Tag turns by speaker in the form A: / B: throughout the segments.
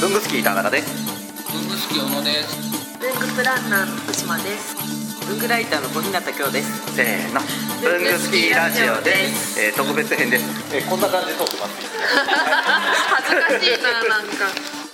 A: 文具好き田中です
B: 文具好き小野です
C: 文具プランナーの福島です
D: 文具ライターの小日向京です
A: せーの文具好きラジオです、えー特別編です、えーこんな感じで撮ってます
C: 恥ずかしいななんか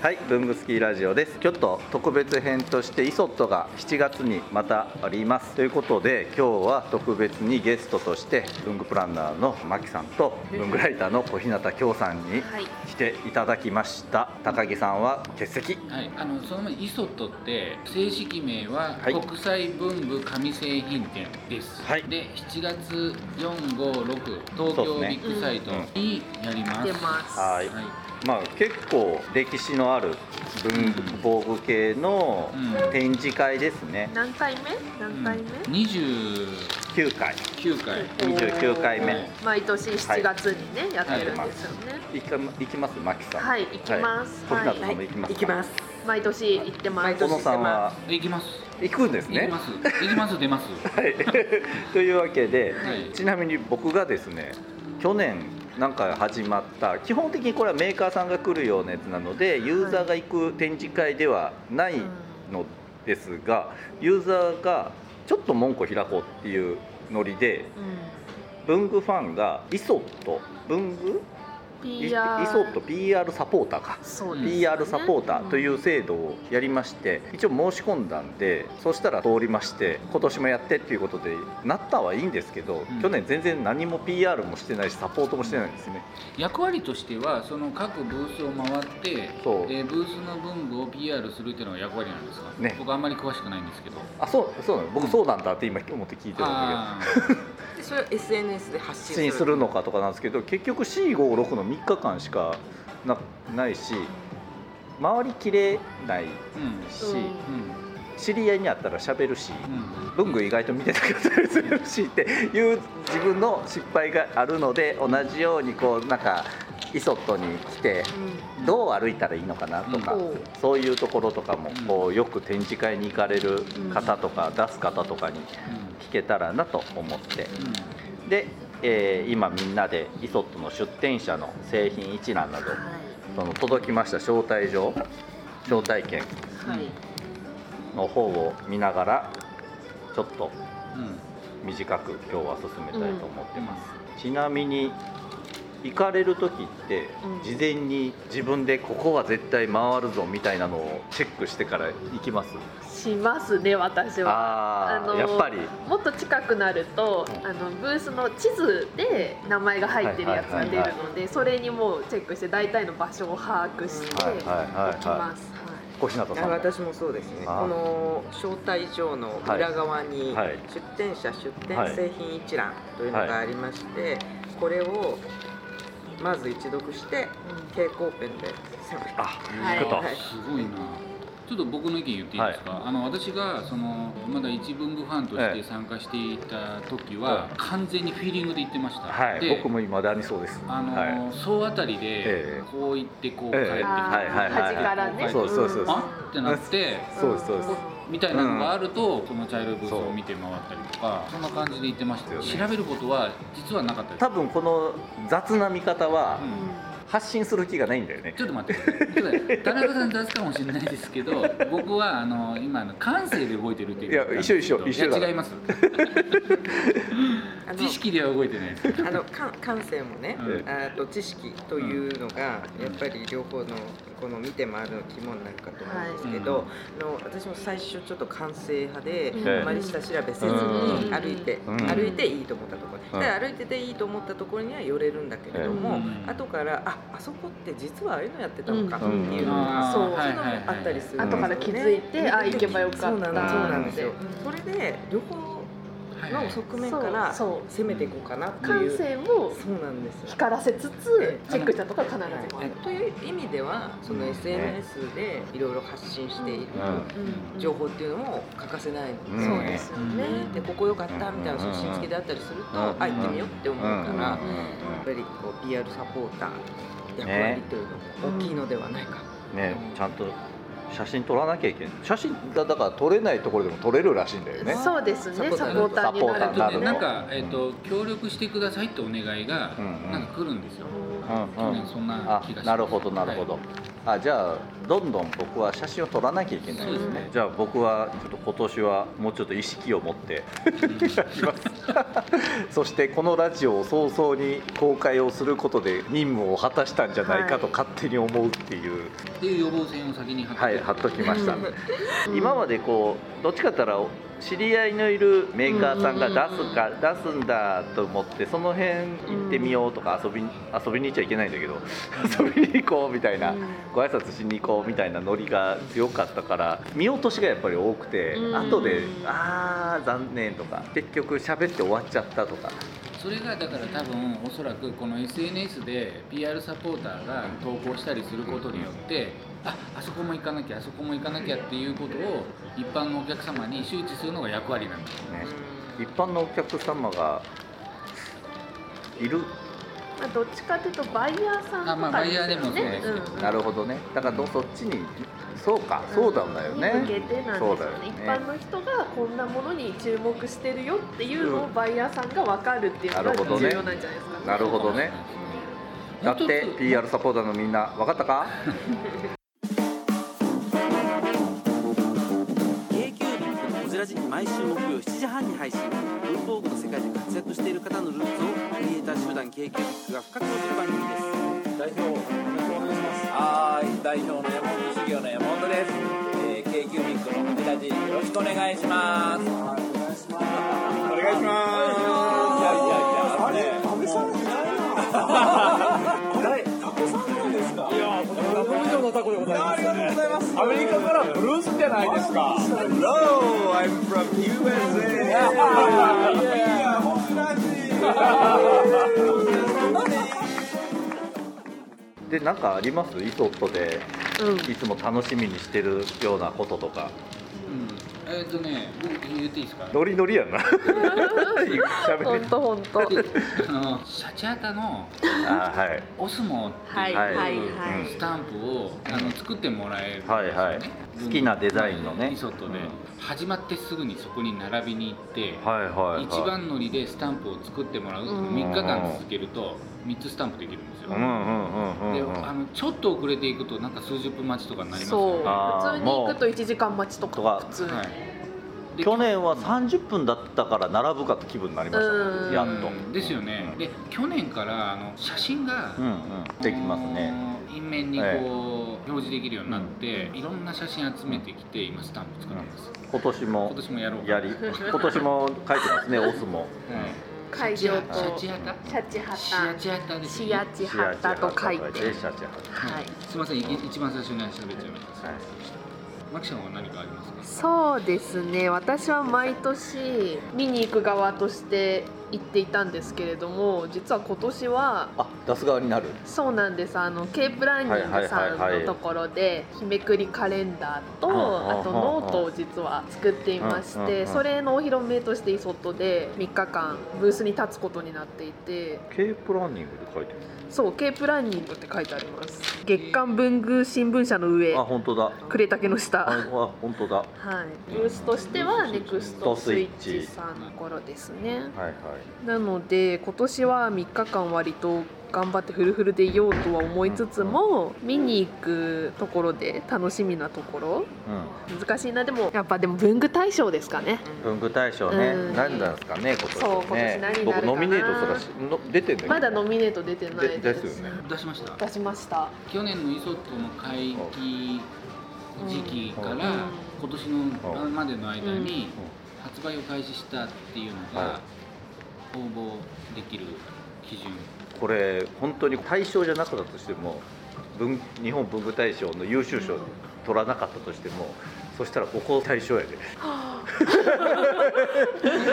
A: はい、文具スキーラジオです。ちょっと特別編としてイソットが7月にまたあります。ということで、今日は特別にゲストとして文具プランナーのマキさんと文具ライターの小日向京さんに
C: はい
A: 来ていただきました。高木さんは欠席。
B: はい、あのその前にイソットって正式名は
A: はい
B: 国際文具紙製品店です、
A: はい
B: で7月456東京ビッグサイトにやります
C: 出ま す
A: は
B: はい
A: い。まあ結構歴史のある文具防具系の
B: うん
A: 展示会ですね。
C: 何回目何回目、
B: うん29
A: 9回、
B: 回
A: 29回目。
C: 毎年7月にね、やってるんですよね
A: 行か行きます、マキさん。
C: はい行きます
A: はい小日向
C: は
A: さんも行きますか。
D: 行きます
C: 毎年行ってます
A: 小野さんは
B: 行きます
A: 行くんです
B: 行き
A: ね。
B: ます行きます出ます
A: はい。 というわけで、
B: はい
A: ちなみに僕がですね、去年なんか始まった基本的にこれはメーカーさんが来るようなやつなので、ユーザーが行く展示会ではないのですが、ユーザーがちょっと門戸開こうっていうノリで、
C: う
A: 文具ファンがイソット文具
C: ん、
A: イイソ
C: PR
A: ット PR サポーターか。
C: そうですね、
A: PR サポーターというう制度をやりまして一応申し込んだんでそしたら通りまして今年もやってっていうことでなったはいいんですけど、
B: うん
A: 去年全然何も PR もしてないしサポートもしてないんですね
B: 役割としてはその各ブースを回って
A: そう
B: えーブースの文具を PR するっていうのが役割なんですか、
A: ね
B: 僕あんまり詳しくないんですけど
A: あそうそうなの僕そうなんだって今思って聞いてたんだ
B: あー
D: でそれを SNS で発
A: けど出
D: 信する
A: 演するのかとかなんですけど結局 C56 の3日間しかなないし回りきれない
B: うん
A: し、
C: うん
B: う
A: 知り合いに会ったら喋るし、
B: んうん
A: 文具意外と見てなかったりするしっていう自分の失敗があるので同じようにこうなんかイソットに来てどう歩いたらいいのかなとか、
C: うん
A: そういうところとかもこうよく展示会に行かれる方とか出す方とかに聞けたらなと思って
B: う
A: で、えー今みんなでイソットの出展者の製品一覧などその届きました招待状招待券
C: んはい、
A: の方を見ながらちょっと
B: んうん
A: 短く今日は進めたいと思ってます、
B: う
A: ちなみに行かれる時って
C: うん
A: 事前に自分でここは絶対回るぞみたいなのをチェックしてから行きます
C: しますね私は
A: ああ
C: あの
A: やっぱり
C: もっと近くなるとあのブースの地図で名前が入ってるやつが出る
A: はいはい
C: のでそれにもうチェックして大体の場所を把握して
A: はいはいはいはい
C: おきます。はい
A: 小日向さん
D: あ
A: も
D: 私もそうですね
A: あー
D: この招待状の裏側に
A: はいはい
D: 出店者出
A: はい
D: 店製品一覧というのがありまして、これをまず一読して蛍光ペンで攻めて
A: あ
C: はい
A: 行くと、
D: はい
B: すごいなちょっと僕の意見言っていいですか、あの私がそのまだ一文具ファンとし
A: ええ
B: て参加していた時は、完全にフィーリングで行ってました、
A: はい
B: で
A: 僕も未だにそうです
B: あの
A: はい
B: ー総当たり
A: え
B: でこう行ってこう帰
A: ええ
B: ってきて、
C: あー
A: はいはいはい
C: 端からね。
A: そうそうそうそうん
B: あってなって
A: そうですそうです
B: みたいなのがあると、この茶色いブースを見て回ったりとかそんな感じで行ってましたよ、
A: ですよね
B: 調べることは実はなかったです
A: 多分この雑な見方は
B: うん
A: 発信する気がないんだよね、
B: ちょっと待ってくださいちょっと待って。田中さん雑かもしれないですけど、僕はあの今あの感性で動いてるっていう。
A: いや一緒一緒一緒だ
B: いや違います。
D: あの
B: 知識では動いてないです。
D: あのか感性もね、
B: うん
D: あと知識というのが
B: うん
D: やっぱり両方のこの見て回るの肝になるかと思うんですけど、
B: はい
D: あの私も最初ちょっと感性派で、
C: うん
D: あまり下調べせずに
A: うん
D: 歩いて、
A: うん
D: 歩いていいと思ったところ、
A: うん
D: で歩いてていいと思ったところには寄れるんだけれども、
B: うん
D: 後からああそこって実はああいうのやってたのかって
A: うん
D: いうのが、
B: うん
D: そう
B: うん
D: そういうのもあったりするんですよね
A: 後から
C: 気づいてあ行けばよかった
D: そうなんですそうなんですよ
C: う
D: そ
C: ん
D: れで両方
B: はいはい
D: の側面から
C: そうそう
D: 攻めていこうかなってい
C: 感
D: う。
C: 性も
D: そうなんですよ
C: 光らせつつチェックしたところは必ずもある。
D: という意味ではその
A: うん
D: SNS でいろいろ発信している
A: う
C: うん
D: 情報っていうのも欠かせないの
A: ん
D: で,、
C: そうですよね。
B: うん
D: でここ良かったみたいな写真付きであったりすると、あ行ってみようって思うから、
A: うんうん
D: や
A: うん
D: っぱりこう PR サポーター役割というのも大きいのではないか、
A: ね、ちゃんと写真撮らなきゃいけない写真だだから撮れないところでも撮れるらしいんだよね
C: そうですねサ
D: サポ
C: ポー
D: ータ
C: タ
A: ーに
C: ーに
A: なる
B: あ
C: なる
A: の
B: とねなんか、えっと協力してくださいってお願いが
A: うんうん
B: なんか来るんですよ、
A: う
B: 去
A: んう
B: 年
A: ん
B: そんな
A: あ
B: 気がします
A: なるほどなるほど、あじゃあどんどん僕は写真を撮らなきゃいけないですね
C: そうですね
A: じゃあ僕はちょっと今年はもうちょっと意識を持って
B: はい
A: いますそしてこのラジオを早々に公開をすることで任務を果たしたんじゃないかと
C: はい
A: 勝手に思うっていう
B: っていう予防線を先に張って、
A: はい、貼っときました、
C: うん
A: 今までこうどっちかって言ったら知り合いのいるメーカーさんが
C: うんうん
A: 出
C: うん
A: すか、出すんだと思ってその辺行ってみようとか遊びに遊びに行っちゃいけないんだけど 遊びに行こうみたいな、
C: うん
A: ご挨拶しに行こうみたいなノリが強かったから見落としがやっぱり多くて、
C: うん
A: 後で「あー残念」とか結局喋って終わっちゃったとか
B: それがだから多分おそらくこの SNS で PR サポーターが投稿したりすることによってああそこも行かなきゃあそこも行かなきゃっていうことを一般のお客様に周知するのが役割なんです
A: ね一般のお客様がいる
C: まあどっちかというとバイヤーさんとか
B: あまあバイヤーでもそうですけど
C: うんうん
A: なるほどねだからどそっちにそうかそうなんだよね、
C: に向けてなんです
A: そ
C: よ
A: うだよ
C: ね
A: ね
C: 一般の人がこんなものに注目してるよっていうのをバイヤーさんが分かるっていうの
A: な
C: が
A: るほど
C: 重
A: ね
C: 要なんじゃないですか、
A: なるほどねだって PR サポーターのみんな分かったか
E: k q b i c のこじらじ毎週木曜7時半に配信文房具の世界で活躍している方のルーツをクリエイター集団 k q b i c が深く落じる番組です
F: 代表よろしくお願いしますはーい代表の山本修行の山本です、えー、k q ミックのこちらじよろしくお願いしますお願いしますいやいやいやあのねいやもうタコ以上のタコでございますありがとうございますアメリカからブルースじゃないですか Hello I'm from USA yeah.
A: で何かありますイソットで
C: うん
A: いつも楽しみにしてるようなこととか
B: うんえっ、とね僕言っていいですか
A: ノリノリやな喋
C: 本
A: って
C: 当本当。
B: あのシャチハタの
A: あはい
B: オスモ
C: はい
A: は
C: はいい
A: は
C: はいい。
A: うん
B: スタンプをあの作ってもらえるんですよ
A: はいはい好きなデザインのね
B: リゾットで、
A: うん
B: 始まってすぐにそこに並びに行って、
A: はいはいはい
B: 一番乗りでスタンプを作ってもらう
C: うん
B: 3日間続けると3つスタンプできるんですよ、
A: うんうんうんうんう
B: であ
A: ん
B: のちょっと遅れていくとなんか数十分待ちとかになります
C: そう。
B: よね
A: あー
C: 普通に行くと1時間待ちと
A: とか
C: か普通に。
B: はいで
A: 去年は30分だったから並ぶかって気分になりました
C: うん
A: やっ
B: うん
A: と
B: ですよね、で去年からあの写真が、
A: うんうんできますね
B: あの印面にこう、
A: ええ
B: 表示できるようになって、いろんな写真集めてきて今スタンプ作ってます、
A: 今年
B: 今
A: も
B: 年もやろう
A: やり今年も書いてますねオス も
C: 会
B: シ
C: 場
B: ャ
C: と
B: チ
C: シ
B: ハタ
C: ャチハ
B: シア
C: タ、
B: チハタです
C: シ
B: よ
C: ア
B: ね
C: チハタと書いて。
A: シャチハタ
C: はい。
B: すみませんいき一番最初に喋っちゃいました、
A: はい
B: マキさんは何かありますか
C: そうですね私は毎年見に行く側として行っていたんですけれども実は今年は
A: あ出す側になる
C: そうなんですあのケープランニングさんのところで日めくりカレンダー
A: うんうん
C: とあとノートを実は作っていまし
A: うんうんう
C: て
A: ん
C: それのお披露目としてイソットで3日間ブースに立つことになっていて
A: K プランニングで書いてる
C: そうケープランニングって書いてあります月刊文具新聞社の上
A: あ本当だ
C: 呉竹の下
A: ああ本当だは
C: はい、ブースとしてはネクストスイッチさんの頃ですね
A: いはい
C: なので今年は3日間割と頑張ってフルフルでいようとは思いつつも見に行くところで楽しみなところ
A: う
C: 難しいなでもやっぱでも文具大賞ですかね
A: ん文具大賞ね
C: うん
A: 何なんですかね今年ね
C: そう今年何になるかな
A: 僕ノミネートすらしの出てんだよ
C: まだノミネート出てない
A: で
C: で
A: ですすよね
B: 出しました
C: 出しました
B: 去年のイソットの会期時期から
C: うん
B: 今年のまでの間に発売を開始したっていうの
A: は
B: が応募できる基準
A: これ本当に大賞じゃなかったとしても文日本文具大賞の優秀賞取らなかったとしてもそしたらここ大賞や で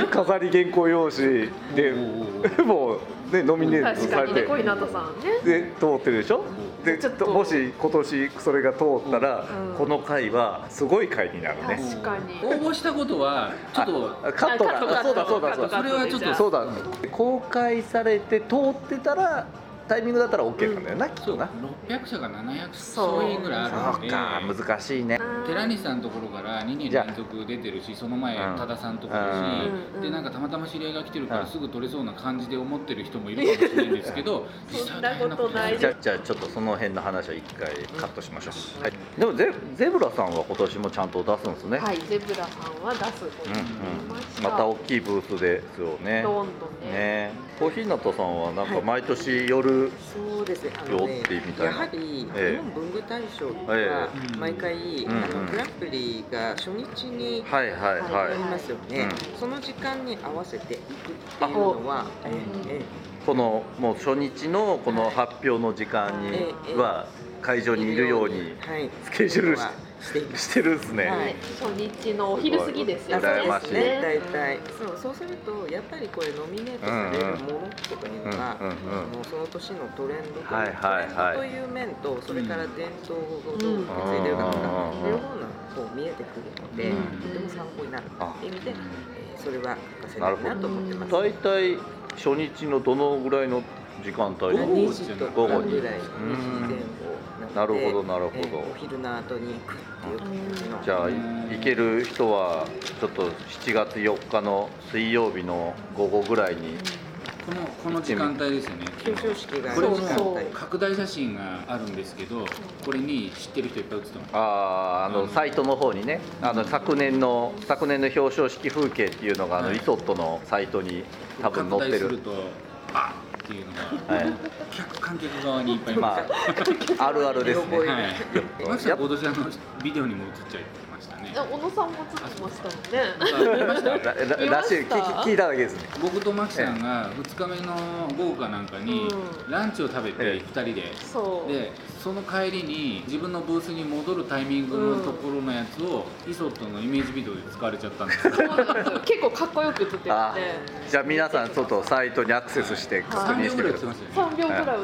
A: 飾り原稿用紙で もうねノミネート
C: 確
A: さ
C: か
A: れ
C: にね
A: て
C: 小稲田さんね
A: で通ってるでしょで
C: ち
A: ち
C: ょ
A: ょ
C: っ
A: っ
C: と
A: ともし今年それが通ったら、
C: うん
A: この回はすごい回になるね
C: 確かに
B: 応募したことはちょっと
A: あカットだ
C: あカット
A: あそうだそうだそう
C: カ
A: だ
B: そ
C: ットカット
B: れはちょっと
C: じゃあ
A: そうだ公開されて通ってたらタイミングだったら OK なんだよな、きっ
B: そう
A: とな
B: 600社が700社
C: そう
B: そういうぐらいある
A: そ
B: ん
A: う
B: で
A: か難しいね
B: 寺西さんのところから2年
A: じゃあ
B: 連続出てるしその前
A: うん
B: 多田さんのところだし、
C: うん
B: でなんかたまたま知り合いが来てるか
A: うん
B: らすぐ取れそうな感じで思ってる人もいるかもしれないですけ ど
C: そんなことない
B: 実際は大変
A: じゃあじゃあちょっとその辺の話は一回カットしましょう、はい、でもゼゼブラさんは今年もちゃんと出すんですね、
C: はい、ゼブラさんは出すこと
A: うん
C: になりま
A: う
C: し
A: ん、
C: た。
A: また大きいブースですよね
C: どんどんね。
A: ね小日向さんはなん
D: は
A: か
D: い
A: 毎年夜、
D: そうですねあ
A: よ
D: のね
A: ってみたいな
D: やはり
A: ええ
D: 日本文具大賞
A: え
D: が
B: え
D: 毎回、
A: うん
D: あのグランプリが初日に
A: はいはいはい、
D: ありますよね、
A: う
D: その時間に合わせていくっていうのは、えええ
A: このもう初日のこの発表の時間には会
D: え
A: 場にいるように
D: はい
A: スケジュールし
D: はしています
A: してるんですね、
C: はい、初日のお昼過ぎですよね。
A: 羨ましい
C: そうですね
D: 大体そうそうするとやっぱりこれノミネートされるものとかいうのが、
A: うんうんうんうん
D: もうその年のトレンドと,、
A: はいはいはい
D: トレンドという面とそれから伝統をどう受け継いでるかとか、
A: うん
D: 両方のこう見えてくるので、
B: うん
D: とても参考になる
A: あ
D: っていう意味で、えーそれは欠かせないなと思ってます。
A: 大体初日のどのぐらいの時間帯
B: うん
D: 2時と
A: 午
D: か
A: 後
D: ぐ
A: に
D: らい2時前後
A: な
D: の
A: るほ
D: で
A: どなるほど
D: えーお昼の後に行くっていう感じの
A: じゃあい行ける人はちょっと7月4日の水曜日の午後ぐらいに
B: このこの時間帯ですよね
D: 表彰式があ
B: こ
D: る
B: れ
D: 時
B: も
D: 間帯
B: 拡大写真があるんですけどこれに知ってる人いっぱい写ってます
A: あーあのサイトの方にねあの昨年の昨年の表彰式風景っていうのがあの
B: はい
A: イソットのサイトに多分載
B: 拡
A: っ
B: 大
A: て
B: する
A: る、
B: とバッっていうのが
A: はい、
B: 客観客側にいっぱいいま
A: まああるあるですね
D: 見覚えが
B: はい すマキさ
A: や
B: ん
A: っ
B: 今年あのビデオにも映っちゃいましたね
C: あ小野さんも映ってましたもんね。
B: あ見ました
A: らららしい聞聞いただけですね
B: 僕とマキさんが2日目の午後かなんかに
C: う
B: ランチを食べ
A: ええ
B: て2人で
C: そう。
B: でその帰りに自分のブースに戻るタイミングのところのやつをイソットのイメージビデオで使われちゃったんですよ
C: 結構かっこよく映ってるんで。
A: あーじゃあ皆さんちょっとサイトにアクセスして確
B: 3
A: 認
B: 秒
A: し
B: ぐ
A: てくだ
B: らい映って
A: さい
B: ましたよ
C: 三
B: ね
C: 秒ぐらい映ってる。
B: はい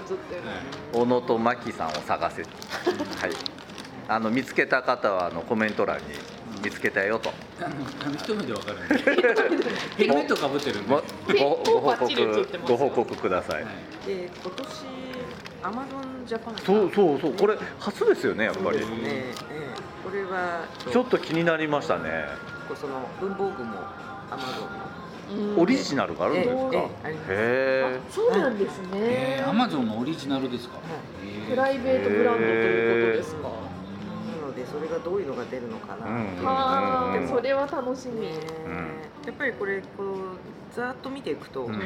A: 小野と真木さんを探せはいあの見つけた方はあのコメント欄に見つけたよと
B: あのあの一目でわかるんでヘルメットかぶってるんで、
A: ご
B: はい
A: ごご報
C: 結構バッチリ映っ
A: 告
C: てます
A: ご
C: よ
A: 報告ください
D: で今年アマゾンジャパンが
A: そうそうそうこれ初ですよねやっぱり
D: そうですね、ええこれは
A: ちょっと気になりましたね
D: とその文房具もアマ
C: うん
A: オリジナルがあるんですか
D: ゾンのええあり
A: へ
D: ます
C: あそうなんです
B: え
C: ね
B: ー、。アマゾンのオリジナルですか、
C: プライベートブランドということですか。
D: なのでそれがどういうのが出るのかな、
A: うんうんうん
C: は
A: うん
C: あ、それは楽しみ
D: ね。え
A: う
D: やっぱりこれこうざーっと見ていくと、
A: うん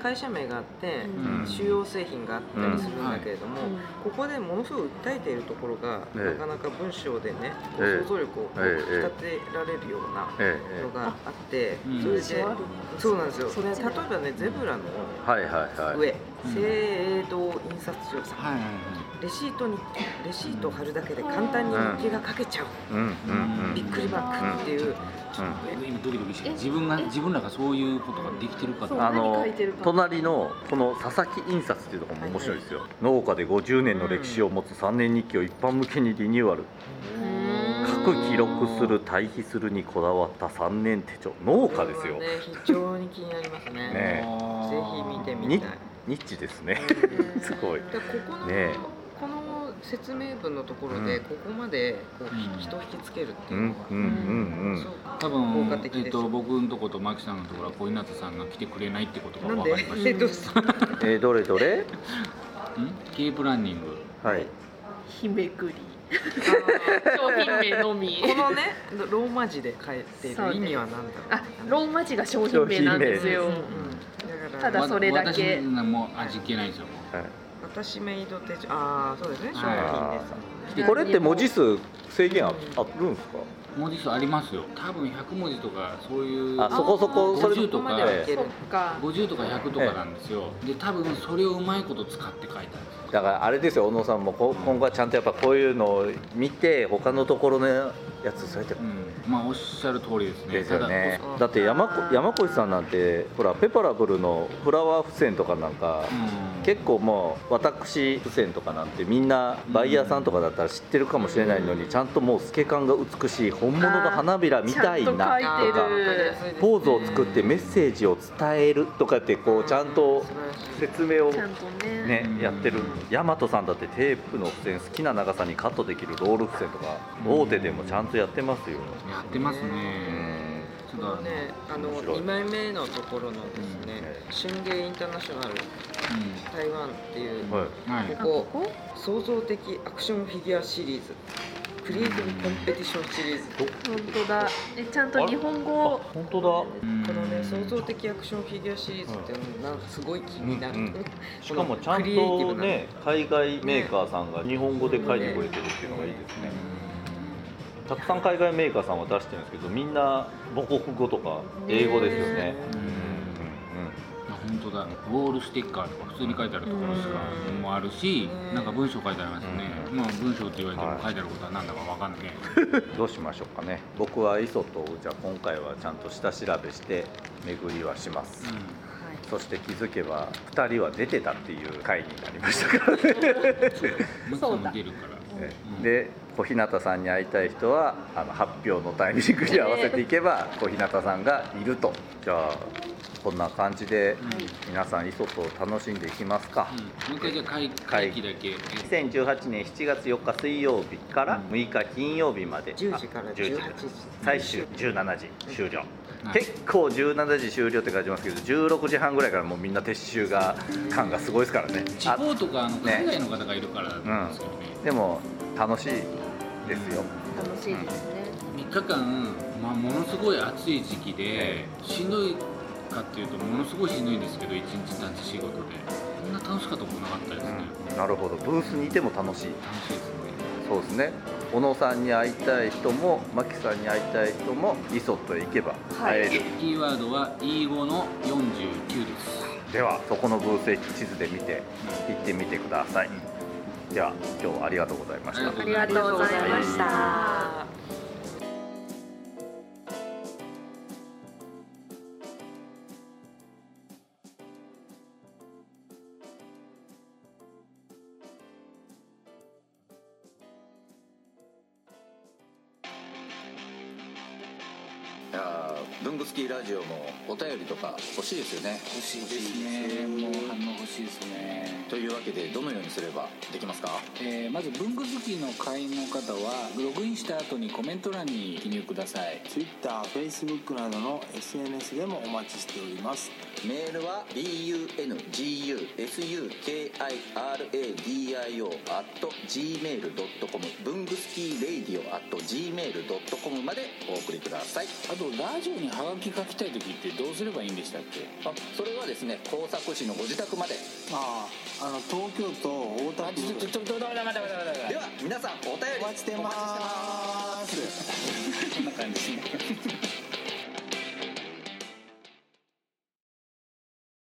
D: 会社名があって、
B: ん
D: 主要製品があったりするんだけれども、
C: うんはい
D: ここでものすごく訴えているところが、
A: ええ
D: なかなか文章でね、
A: ええ
D: 想像力をこう
A: ええ
D: 引き立てられるような
A: えええ
D: のがあって、
B: うん
D: それ
C: 印象
D: で
C: ある。
D: そうなんですよ
C: そ
D: 例
C: れ
D: え
C: で
D: ばねゼブラの
A: えはいはいはい
D: 上、
B: うん
D: 聖堂印刷所さん、
B: はいはいはい
D: レシートにレシートを貼るだけで簡単に日記が書けちゃう、
A: うんうんうん
D: びっくりマークっていう、
B: ちょっと今ドキドキして自分が自分らがそういうことができてるかと
C: そう
A: あの
C: 何書いてるか
A: 隣のこの佐々木印刷っていうところも面白いですよ、農家で50年の歴史を持つ3年日記を一般向けにリニューアル
C: うん
A: 各記録する対比するにこだわった3年手帳農家ですよ
D: これはね非常に気になりますね
A: ねえ
D: ぜひ見てみ
A: に
D: たい
A: ニッチですね
D: うん
A: すごい
D: でここの、
A: ねえ
D: この説明文のところで、
A: うん
D: ここまでこう、
B: うん
D: 人を引きつけるって
A: う
D: いうの
A: ん
D: は、
A: うんうんうん
D: そう
B: 多分
D: 効果的ですよ
B: えっと僕のとことマキさんのところは小日向さんが来てくれないってことが
D: なん
B: 分
D: で
B: かりまし
D: えどうした
A: えーどれどれ
B: たん経営プランニング
A: はい
C: 日めくり。商品名のみ。
D: このねローマ字で書いている意味は何だろう
C: あ、ローマ字が商品名なんですよ。
D: うんうんだか
C: ただ
D: ら
B: わ
C: それだけ
B: 私も味気ないですよ
A: はい
D: 私メイド手帳ああそうですね商品
A: あ
D: です
A: ーこれって文字数制限ああるんですか
B: 文字数ありますよ多分100文字とかそういう
A: あそこそこそれ
B: 50とか
A: ええ
C: そっか。
B: 50とか100とかなんですよで多分それをうまいこと使って書いたんですよ
A: だからあれですよ小野さんもこ今後はちゃんとやっぱこういうのを見て他のところのやつそうやって
B: うん、まあおっしゃる通りですね
A: ですよね
B: ただこ
A: だって山こ山越さんなんてほらペパラブルのフラワー付箋とかなんか、
B: うん
A: 結構もう私付箋とかなんてみんなバイヤーさんとかだったら知ってるかもしれないのに、ちゃんともう透け感が美しい本物の花びらみたいなと
C: あーちゃんと書いて
A: か
C: る
A: ポーズを作ってメッセージを伝えるとかってこうちゃんと説明を
C: ちゃんとね
A: ね
B: うん
A: やってる大和さんだってテープの付箋好きな長さにカットできるロール付箋とか
B: うん
A: 大手でもちゃんとやってますよ。
B: やってます
A: う
B: ね
A: ん
B: ちょっとあの、
D: ね、あの
A: 面白い
D: 2枚目のところのです
A: う、
D: ね春芸インターナショナル台湾っていう、
A: はい
B: うんはい
C: あ
D: こ
C: こ
D: こ
C: こ
D: 創造的アクションフィギュアシリーズクリエイティブコンペティションシリーズ
C: 本当だえちゃんと日本
A: あ
C: 語
A: 本当だ
B: うん
D: このね創造的アクションフィギュアシリーズっていうのがすごい気になる、
A: うんうんしかもちゃん
D: クリエイティ
A: と
D: ブな
A: ね海外メーカーさんが日本語で書いてくれてるっていうのがいいですねたくさん海外メーカーさんは出してるんですけどみんな母国語とか英語ですよね
B: うんいや本当だウォールステッカーとか普通に書いてあるところしか
D: うん
B: もあるし
D: うん
B: なんか文章書いてありますよね
A: う
B: まあ文章って言われて
A: はい
B: も書いてあることは何だかわかんないね
A: どうしましょうかね僕は磯とじゃあ今回はちゃんと下調べして巡りはします、そして気づけば2人は出てたっていう回になりましたからね
B: うん向き
C: そ
B: も
C: うだ
B: 出るからん
A: で小日向さんに会いたい人はあの発表のタイミングに合わせていけば小日向さんがいるとじゃあこんな感じで皆さんいそと楽しんでいきますか、
B: うんもう一回じゃあ会会期だけ
A: 2018年7月4日水曜日から
B: うん
A: 6日金曜日まで
D: 10時から
A: あ
D: 18時
A: 最終17時終了、
B: はい
A: 結構17時終了って書いてますけど16時半ぐらいからもうみんな撤収が感がすごいですからね
B: 地
A: あ
B: 方とかあの海外の方がいるからなんですけどね
A: でも楽しいですよ、
C: 楽しいですね
B: 3日間、まあ、ものすごい暑い時期で
A: え
B: しんどいかっていうとものすごいしんどいんですけど一日立ち仕事でこんな楽しかったことなかったですね、
A: うんなるほどブースにいても楽しい
B: 楽しいですね
A: そうですね小野さんに会いたい人もマキさんに会いたい人もリソットへ行けば会える、
B: キーワードは E5 の49です
A: ではそこのブースへ地図で見て行ってみてくださいでは今日はありがとうございました
C: ありがとうございました、
G: いやー文具好きラジオもお便りとか欲しいですよね
B: 欲しいですねもう反応欲しいですね
G: というわけでどのようにすればできますか
B: えーまず文具好きの会員の方はログインした後にコメント欄に記入ください
H: TwitterFacebook などの SNS でもお待ちしております
G: メールは bungusukradio gmail.com 文具好きレイディオ gmail.com までお送りください
B: あとラジオにハガキ書きたい時ってどうすればいいんでしたっけ
G: あそれはですね工作士のご自宅まで
H: あああの東京都大田
B: あちょち
H: 区
B: ょちょちょダメだダメだダメだダメだ
G: では皆さんお便り
H: お待ちしてます
B: こんな感じ